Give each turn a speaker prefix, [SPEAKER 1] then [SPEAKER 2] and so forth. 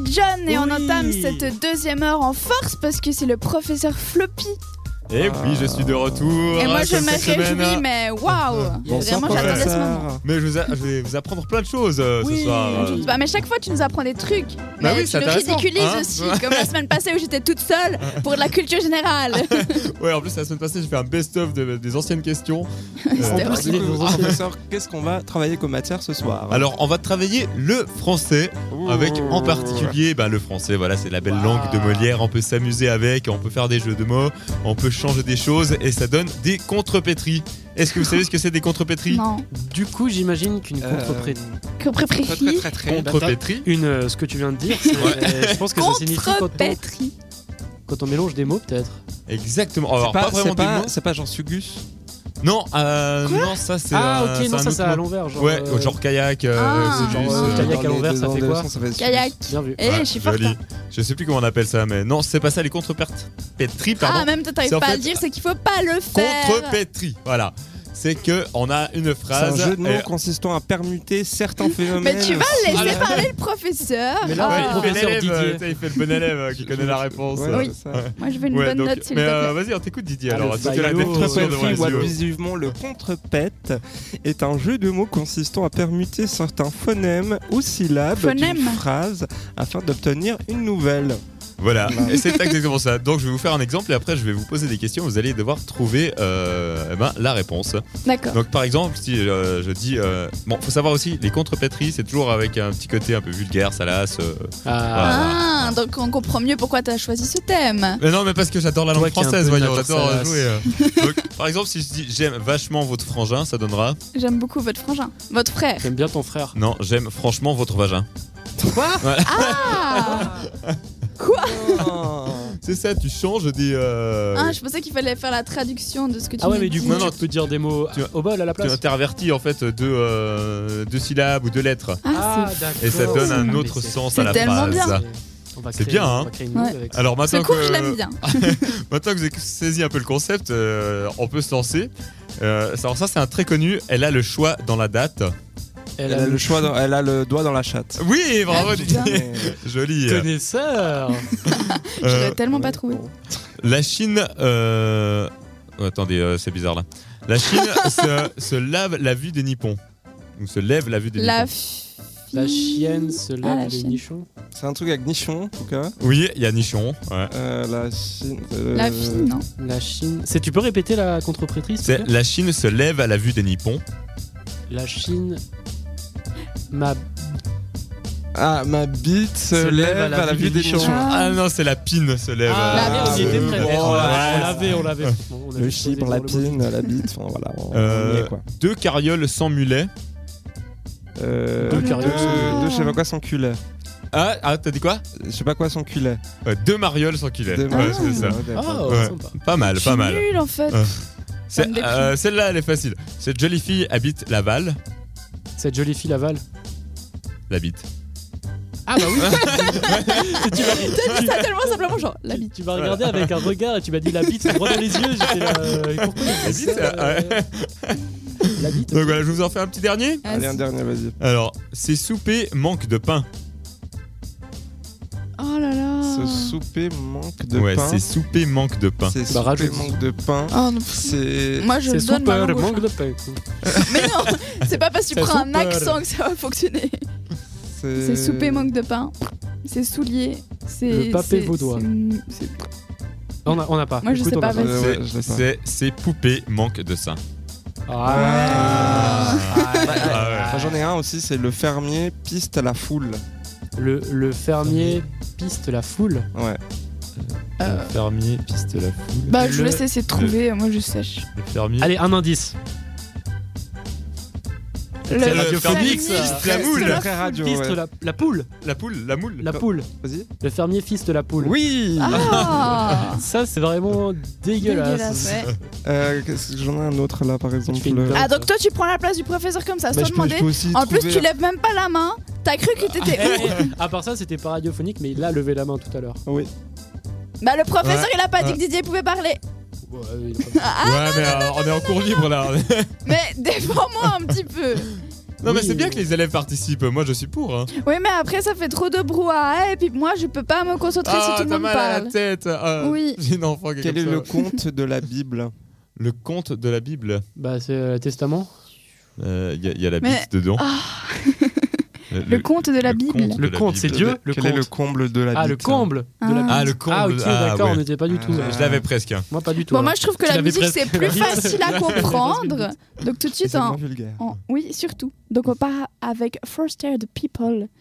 [SPEAKER 1] John et on
[SPEAKER 2] Oui.
[SPEAKER 1] entame cette deuxième heure en force parce que c'est le professeur Floppy.
[SPEAKER 3] Et oui, je suis de retour.
[SPEAKER 1] Ah. et moi je
[SPEAKER 3] comme
[SPEAKER 1] me
[SPEAKER 3] chaque semaine.
[SPEAKER 1] réjouis, mais waouh
[SPEAKER 2] Bonsoir,
[SPEAKER 1] Vraiment j'attendais ce
[SPEAKER 2] professeur.
[SPEAKER 1] moment.
[SPEAKER 3] Mais je, vous a- je vais vous apprendre plein de choses euh, ce
[SPEAKER 2] Oui.
[SPEAKER 3] soir. euh. Bah
[SPEAKER 1] Bah, mais chaque fois tu nous apprends des trucs. mais
[SPEAKER 3] oui,
[SPEAKER 1] tu
[SPEAKER 3] c'est
[SPEAKER 1] nous
[SPEAKER 3] intéressant,
[SPEAKER 1] ridiculises
[SPEAKER 3] hein.
[SPEAKER 1] aussi, comme la semaine passée où j'étais toute seule pour de la culture générale.
[SPEAKER 3] Ah Ouais, en plus, la semaine passée, j'ai fait un best-of de- des anciennes questions.
[SPEAKER 2] En
[SPEAKER 1] C'était
[SPEAKER 3] Euh,
[SPEAKER 1] vrai.
[SPEAKER 2] plus, dites-nous,
[SPEAKER 4] Ah.
[SPEAKER 2] professeur, qu'est-ce qu'on va travailler comme matière ce soir
[SPEAKER 3] alors, on va travailler le français, avec
[SPEAKER 1] Oh.
[SPEAKER 3] en particulier ben, le français. Voilà, c'est la belle
[SPEAKER 2] Wow.
[SPEAKER 3] langue de Molière. On peut s'amuser avec, on peut faire des jeux de mots, on peut changer des choses et ça donne des contrepétries. Est-ce que vous savez ce que c'est des contrepétries
[SPEAKER 1] Non,
[SPEAKER 4] Du coup, j'imagine qu'une
[SPEAKER 2] Euh,
[SPEAKER 4] contreprétrie.
[SPEAKER 1] que
[SPEAKER 2] Très très
[SPEAKER 1] préprétrie.
[SPEAKER 2] très très.
[SPEAKER 3] Contrepétries
[SPEAKER 4] Une, euh, ce que tu viens de dire, c'est- euh, je pense que ça signifie quand on,
[SPEAKER 1] Contrepétrie.
[SPEAKER 4] quand on mélange des mots, peut-être.
[SPEAKER 3] Exactement.
[SPEAKER 2] C'est
[SPEAKER 3] Alors, pas,
[SPEAKER 2] pas,
[SPEAKER 3] vraiment
[SPEAKER 2] c'est
[SPEAKER 3] des
[SPEAKER 2] pas,
[SPEAKER 3] mots.
[SPEAKER 2] c'est pas Jean Sugus
[SPEAKER 3] Non, euh, non, ça c'est.
[SPEAKER 4] Ah,
[SPEAKER 3] un-
[SPEAKER 4] ok, non,
[SPEAKER 3] un
[SPEAKER 4] ça,
[SPEAKER 3] autre
[SPEAKER 4] c'est à
[SPEAKER 3] mot.
[SPEAKER 4] l'envers. Genre,
[SPEAKER 3] Ouais,
[SPEAKER 4] euh,
[SPEAKER 3] genre kayak, euh,
[SPEAKER 1] Ah.
[SPEAKER 3] c'est
[SPEAKER 2] Genre,
[SPEAKER 3] juste,
[SPEAKER 2] euh,
[SPEAKER 3] euh,
[SPEAKER 4] Kayak à
[SPEAKER 2] dans les
[SPEAKER 4] l'envers, ça
[SPEAKER 2] deux
[SPEAKER 4] fait
[SPEAKER 2] ans,
[SPEAKER 4] quoi
[SPEAKER 2] deux ans, ça fait-
[SPEAKER 1] Kayak.
[SPEAKER 4] Bien vu.
[SPEAKER 1] Eh,
[SPEAKER 3] Ouais,
[SPEAKER 1] je suis forte.
[SPEAKER 3] joli.
[SPEAKER 1] hein.
[SPEAKER 3] Je sais plus comment on appelle ça, mais non, c'est pas ça, les contrepétries,
[SPEAKER 1] Ah,
[SPEAKER 3] pardon.
[SPEAKER 1] même toi t'arrives
[SPEAKER 3] C'est en
[SPEAKER 1] pas à
[SPEAKER 3] fait-
[SPEAKER 1] le dire, c'est qu'il faut pas le faire.
[SPEAKER 3] contrepétries, voilà. C'est que on a une
[SPEAKER 2] C'est un
[SPEAKER 3] phrase.
[SPEAKER 2] jeu de mots
[SPEAKER 3] et-
[SPEAKER 2] consistant à permuter certains phénomènes.
[SPEAKER 1] Mais tu vas le laisser
[SPEAKER 3] Ah,
[SPEAKER 1] parler le professeur.
[SPEAKER 4] Mais là,
[SPEAKER 3] Ouais,
[SPEAKER 1] Ah.
[SPEAKER 4] le
[SPEAKER 3] il, fait
[SPEAKER 4] professeur
[SPEAKER 3] l'élève, euh,
[SPEAKER 4] Didier.
[SPEAKER 3] tu sais, il fait le bon élève euh, qui connaît la réponse.
[SPEAKER 2] Ouais,
[SPEAKER 3] euh.
[SPEAKER 2] c'est ça.
[SPEAKER 1] Moi je veux une
[SPEAKER 3] Ouais,
[SPEAKER 1] bonne
[SPEAKER 3] donc-
[SPEAKER 1] note s'il te
[SPEAKER 3] mais euh,
[SPEAKER 1] plaît.
[SPEAKER 3] vas-y, on t'écoute Didier.
[SPEAKER 4] Ah,
[SPEAKER 3] alors,
[SPEAKER 4] le
[SPEAKER 3] si tu l'as
[SPEAKER 4] bailo,
[SPEAKER 3] des
[SPEAKER 4] euh,
[SPEAKER 3] contrepétries devant
[SPEAKER 2] Contrepétrie
[SPEAKER 3] les
[SPEAKER 2] ou
[SPEAKER 3] yeux.
[SPEAKER 2] abusivement le contrepète est un jeu de mots consistant à permuter certains phonèmes ou syllabes d'une
[SPEAKER 1] Phonèmes.
[SPEAKER 2] phrase afin d'obtenir une nouvelle.
[SPEAKER 3] Voilà,
[SPEAKER 2] Voilà.
[SPEAKER 3] et c'est exactement ça. Donc, je vais vous faire un exemple et après, je vais vous poser des questions. Vous allez devoir trouver euh, eh ben, la réponse.
[SPEAKER 1] D'accord.
[SPEAKER 3] Donc par exemple, si euh, je dis... euh, bon, faut savoir aussi, les contrepétries, c'est toujours avec un petit côté un peu vulgaire, salace. euh.
[SPEAKER 4] Ah,
[SPEAKER 1] Ah, donc on comprend mieux pourquoi t'as choisi ce thème.
[SPEAKER 3] Mais non, mais parce que j'adore la
[SPEAKER 4] Toi
[SPEAKER 3] langue
[SPEAKER 4] qui es un
[SPEAKER 3] française,
[SPEAKER 4] peu
[SPEAKER 3] voyons,
[SPEAKER 4] nature
[SPEAKER 3] j'adore
[SPEAKER 4] salace.
[SPEAKER 3] jouer. euh. Donc, par exemple, si je dis j'aime vachement votre frangin, ça donnera...
[SPEAKER 1] J'aime beaucoup votre frangin, votre frère.
[SPEAKER 4] j'aime bien ton frère.
[SPEAKER 3] Non, j'aime franchement votre vagin.
[SPEAKER 1] Ah,
[SPEAKER 3] Oh. C'est ça, tu changes des... euh,
[SPEAKER 1] Ah, je pensais qu'il fallait faire la traduction de ce que tu
[SPEAKER 4] Ah ouais,
[SPEAKER 1] m'as
[SPEAKER 4] mais du
[SPEAKER 1] dit.
[SPEAKER 4] coup,
[SPEAKER 3] Non, non,
[SPEAKER 4] tu peux dire des mots
[SPEAKER 3] tu vas-
[SPEAKER 4] au bol à la
[SPEAKER 3] Tu
[SPEAKER 4] place.
[SPEAKER 3] intervertis en fait deux, euh, deux syllabes ou deux lettres.
[SPEAKER 1] Ah, c'est
[SPEAKER 4] d'accord.
[SPEAKER 3] Et ça donne un
[SPEAKER 4] Mais
[SPEAKER 3] autre
[SPEAKER 4] c'est-
[SPEAKER 3] sens
[SPEAKER 1] c'est
[SPEAKER 3] à la
[SPEAKER 1] tellement
[SPEAKER 3] phrase.
[SPEAKER 1] bien.
[SPEAKER 4] On va
[SPEAKER 3] C'est
[SPEAKER 4] créer-
[SPEAKER 3] bien,
[SPEAKER 4] on
[SPEAKER 3] hein.
[SPEAKER 4] va créer une nouvelle
[SPEAKER 1] Ouais.
[SPEAKER 4] avec ça.
[SPEAKER 3] Alors
[SPEAKER 1] ce
[SPEAKER 3] maintenant
[SPEAKER 1] cours,
[SPEAKER 3] que...
[SPEAKER 1] je l'aime bien.
[SPEAKER 3] Maintenant que vous avez saisi un peu le concept, euh, on peut se lancer. Euh, alors ça c'est un très connu, elle a le choix dans la date.
[SPEAKER 2] Elle a le choix, dans- elle a le doigt dans la chatte.
[SPEAKER 3] Oui, bravo
[SPEAKER 1] Ah, putain.
[SPEAKER 3] Didier Joli.
[SPEAKER 4] Connaisseur
[SPEAKER 1] Je
[SPEAKER 3] Euh,
[SPEAKER 1] l'aurais tellement pas trouvé.
[SPEAKER 3] la Chine... euh, oh, attendez, euh, c'est bizarre là. La Chine se, se lave la vue des nippons. Ou se lève la vue des
[SPEAKER 1] La
[SPEAKER 3] nippons.
[SPEAKER 1] fi-
[SPEAKER 4] La chienne se
[SPEAKER 1] Ah,
[SPEAKER 4] lave
[SPEAKER 1] la
[SPEAKER 4] les
[SPEAKER 1] chienne.
[SPEAKER 4] nichons.
[SPEAKER 2] C'est un truc avec nichon en tout cas.
[SPEAKER 3] Oui, il y a Nichon. ouais.
[SPEAKER 2] Euh, la Chine. euh,
[SPEAKER 1] La fille, non.
[SPEAKER 4] La Chine. C'est- Tu peux répéter la contreprétrie s'il te
[SPEAKER 3] C'est
[SPEAKER 4] plaît
[SPEAKER 3] la Chine se lève à la vue des nippons.
[SPEAKER 4] La Chine. Ma.
[SPEAKER 2] Ah, ma bite se lève à la, vue des nichons.
[SPEAKER 3] Ah,
[SPEAKER 1] Ah.
[SPEAKER 3] non, c'est la pine se lève.
[SPEAKER 4] Ah,
[SPEAKER 3] à-
[SPEAKER 4] merde, on y était
[SPEAKER 2] oui,
[SPEAKER 4] près.
[SPEAKER 3] euh,
[SPEAKER 2] bon,
[SPEAKER 4] On
[SPEAKER 2] ouais.
[SPEAKER 4] l'avait, on l'avait. Bon, on a
[SPEAKER 2] Le
[SPEAKER 4] juste posé
[SPEAKER 2] chibre, la
[SPEAKER 4] dans le bon-
[SPEAKER 2] pine, la bite, enfin voilà. on- on y
[SPEAKER 3] Euh,
[SPEAKER 2] est, quoi.
[SPEAKER 3] Deux carrioles sans mulet.
[SPEAKER 2] Euh,
[SPEAKER 4] deux
[SPEAKER 2] deux,
[SPEAKER 4] carrioles
[SPEAKER 1] sans
[SPEAKER 2] deux,
[SPEAKER 1] cul.
[SPEAKER 2] je sais pas quoi sans culet.
[SPEAKER 3] Ah, ah t'as dit quoi
[SPEAKER 2] Je sais pas quoi sans culet.
[SPEAKER 3] Euh, Deux marioles sans culet.
[SPEAKER 2] Deux
[SPEAKER 3] Ouais,
[SPEAKER 2] mains.
[SPEAKER 3] c'est ça.
[SPEAKER 2] Ouais,
[SPEAKER 4] Ah,
[SPEAKER 2] d'accord.
[SPEAKER 3] Ouais.
[SPEAKER 4] sympa.
[SPEAKER 3] Pas mal,
[SPEAKER 1] Je
[SPEAKER 3] pas
[SPEAKER 1] suis
[SPEAKER 3] mal.
[SPEAKER 1] nulle en fait.
[SPEAKER 3] Euh, C'est-
[SPEAKER 1] me déprime.
[SPEAKER 3] euh, Celle-là, elle est facile. Cette jolie fille habite Laval.
[SPEAKER 4] Cette jolie fille Laval.
[SPEAKER 3] La bite.
[SPEAKER 4] Ah bah oui tu, m'as-
[SPEAKER 1] T'as dit ça tellement simplement, genre la
[SPEAKER 4] tu-
[SPEAKER 1] bite.
[SPEAKER 4] tu m'as regardé avec un regard et tu m'as dit la bite droit dans les yeux. J'étais là. euh, Pourquoi il
[SPEAKER 3] La
[SPEAKER 4] dit
[SPEAKER 3] bite,
[SPEAKER 4] ça, euh,
[SPEAKER 3] ouais.
[SPEAKER 4] La bite
[SPEAKER 3] Donc voilà, je vous en fais un petit dernier.
[SPEAKER 1] Ah,
[SPEAKER 2] Allez,
[SPEAKER 1] si.
[SPEAKER 2] un dernier, vas-y.
[SPEAKER 3] Alors, ces soupers manquent de pain.
[SPEAKER 1] Oh là
[SPEAKER 2] Ce
[SPEAKER 1] là.
[SPEAKER 2] souper manque de
[SPEAKER 3] ouais,
[SPEAKER 2] pain.
[SPEAKER 3] ces soupers manquent de pain.
[SPEAKER 2] C'est
[SPEAKER 4] Bah,
[SPEAKER 2] souper
[SPEAKER 4] rajoute.
[SPEAKER 2] manque de pain.
[SPEAKER 1] Oh, non.
[SPEAKER 2] C'est.
[SPEAKER 1] Moi je
[SPEAKER 4] C'est
[SPEAKER 1] le donne ma
[SPEAKER 4] super,
[SPEAKER 1] langue au
[SPEAKER 4] manque
[SPEAKER 1] chat.
[SPEAKER 4] de pain.
[SPEAKER 1] Mais non, c'est pas parce que tu
[SPEAKER 4] C'est
[SPEAKER 1] prends un
[SPEAKER 4] super. Euh.
[SPEAKER 1] accent que ça va fonctionner. C'est souper manque de pain. C'est soulier. C'est.
[SPEAKER 4] Le papé
[SPEAKER 1] c'est-
[SPEAKER 4] vaudois.
[SPEAKER 1] c'est- c'est-
[SPEAKER 4] On a, on a pas.
[SPEAKER 1] Moi, je
[SPEAKER 4] Écoute,
[SPEAKER 1] sais
[SPEAKER 4] on
[SPEAKER 1] pas,
[SPEAKER 4] a
[SPEAKER 1] vas-y.
[SPEAKER 2] Ouais,
[SPEAKER 3] C'est-
[SPEAKER 2] je l'ai pas.
[SPEAKER 3] C'est ces poupées manquent de sein.
[SPEAKER 4] Ah, ouais.
[SPEAKER 2] Bah,
[SPEAKER 3] Ah ouais.
[SPEAKER 2] enfin, J'en ai un aussi, c'est le fermier piste la foule.
[SPEAKER 4] Le, le fermier piste la foule.
[SPEAKER 2] Ouais.
[SPEAKER 1] Euh.
[SPEAKER 3] Le fermier piste la foule.
[SPEAKER 1] Bah je
[SPEAKER 4] Le-
[SPEAKER 1] laisse essayer de trouver, moi je sèche.
[SPEAKER 3] Le fermier.
[SPEAKER 4] Allez, un indice.
[SPEAKER 3] C'est
[SPEAKER 4] Radio Phoenix.
[SPEAKER 3] piste la
[SPEAKER 2] Très-
[SPEAKER 3] moule.
[SPEAKER 2] Très radio.
[SPEAKER 4] Piste
[SPEAKER 2] ouais.
[SPEAKER 4] la, la poule.
[SPEAKER 3] La poule, la moule.
[SPEAKER 4] La poule.
[SPEAKER 2] Vas-y.
[SPEAKER 4] Le fermier fils de la poule.
[SPEAKER 2] Oui.
[SPEAKER 3] Ah.
[SPEAKER 1] Ah
[SPEAKER 4] Ça, c'est vraiment dégueulasse.
[SPEAKER 1] Dégueulasse, ouais.
[SPEAKER 2] Euh, qu'est-ce que J'en ai un autre là par exemple.
[SPEAKER 4] fais une
[SPEAKER 2] le-
[SPEAKER 4] blague.
[SPEAKER 1] Ah donc toi tu prends la place du professeur comme ça,
[SPEAKER 2] Bah,
[SPEAKER 1] sans
[SPEAKER 2] je peux- je
[SPEAKER 1] demander.
[SPEAKER 2] peux aussi
[SPEAKER 1] En plus
[SPEAKER 2] trouver-
[SPEAKER 1] tu lèves même pas la main. T'as cru que t'étais où
[SPEAKER 4] Eh, à part ça, c'était pas radiophonique, mais il a levé la main tout à l'heure.
[SPEAKER 2] Oui.
[SPEAKER 1] Bah le professeur
[SPEAKER 3] Ouais.
[SPEAKER 1] il a pas dit
[SPEAKER 3] Ouais.
[SPEAKER 1] que Didier pouvait parler.
[SPEAKER 4] Ouais, il a pas-
[SPEAKER 1] Ah,
[SPEAKER 3] ouais, mais euh, on est en cours libre là.
[SPEAKER 1] Mais défends-moi un petit peu.
[SPEAKER 3] Non, mais
[SPEAKER 4] Oui.
[SPEAKER 3] c'est bien que les élèves participent. Moi, je suis pour. hein.
[SPEAKER 1] Oui, mais après, ça fait trop de brouhaha et puis moi, je peux pas me concentrer
[SPEAKER 3] Ah,
[SPEAKER 1] si tout le
[SPEAKER 3] t'as
[SPEAKER 1] monde
[SPEAKER 3] mal à
[SPEAKER 1] parle.
[SPEAKER 3] la tête. Ah,
[SPEAKER 1] Oui.
[SPEAKER 3] J'ai une enfant qui est
[SPEAKER 2] Quel est
[SPEAKER 3] comme ça.
[SPEAKER 2] le conte de la Bible
[SPEAKER 3] Le conte de la Bible.
[SPEAKER 4] Bah, c'est euh, le testament.
[SPEAKER 3] Il y, a- y a la
[SPEAKER 1] Mais-
[SPEAKER 3] bite dedans.
[SPEAKER 1] Ah.
[SPEAKER 3] Le-
[SPEAKER 1] Le conte de la
[SPEAKER 3] le
[SPEAKER 1] Bible.
[SPEAKER 3] conte. De
[SPEAKER 4] Le
[SPEAKER 3] la
[SPEAKER 4] compte,
[SPEAKER 3] Bible.
[SPEAKER 4] c'est Dieu. Le
[SPEAKER 2] Quel est le
[SPEAKER 4] compte.
[SPEAKER 2] comble de la
[SPEAKER 4] Ah,
[SPEAKER 2] Bible
[SPEAKER 4] le comble de la
[SPEAKER 1] Ah.
[SPEAKER 4] Bible.
[SPEAKER 3] Ah, le comble.
[SPEAKER 4] Ah, ok, d'accord,
[SPEAKER 3] ouais.
[SPEAKER 4] on n'était pas du tout.
[SPEAKER 2] Ah.
[SPEAKER 4] euh,
[SPEAKER 3] Je l'avais presque. hein.
[SPEAKER 4] Moi, pas du tout.
[SPEAKER 1] Bon,
[SPEAKER 4] alors.
[SPEAKER 1] moi, je trouve que
[SPEAKER 4] Tu
[SPEAKER 1] la
[SPEAKER 4] l'avais
[SPEAKER 1] musique, c'est
[SPEAKER 4] presque,
[SPEAKER 1] plus
[SPEAKER 4] Marie.
[SPEAKER 1] facile à comprendre. Donc, tout de
[SPEAKER 2] Et
[SPEAKER 1] suite, hein,
[SPEAKER 2] C'est moins
[SPEAKER 1] en,
[SPEAKER 2] vulgaire.
[SPEAKER 1] en- Oui, surtout. Donc, on part avec First Aid People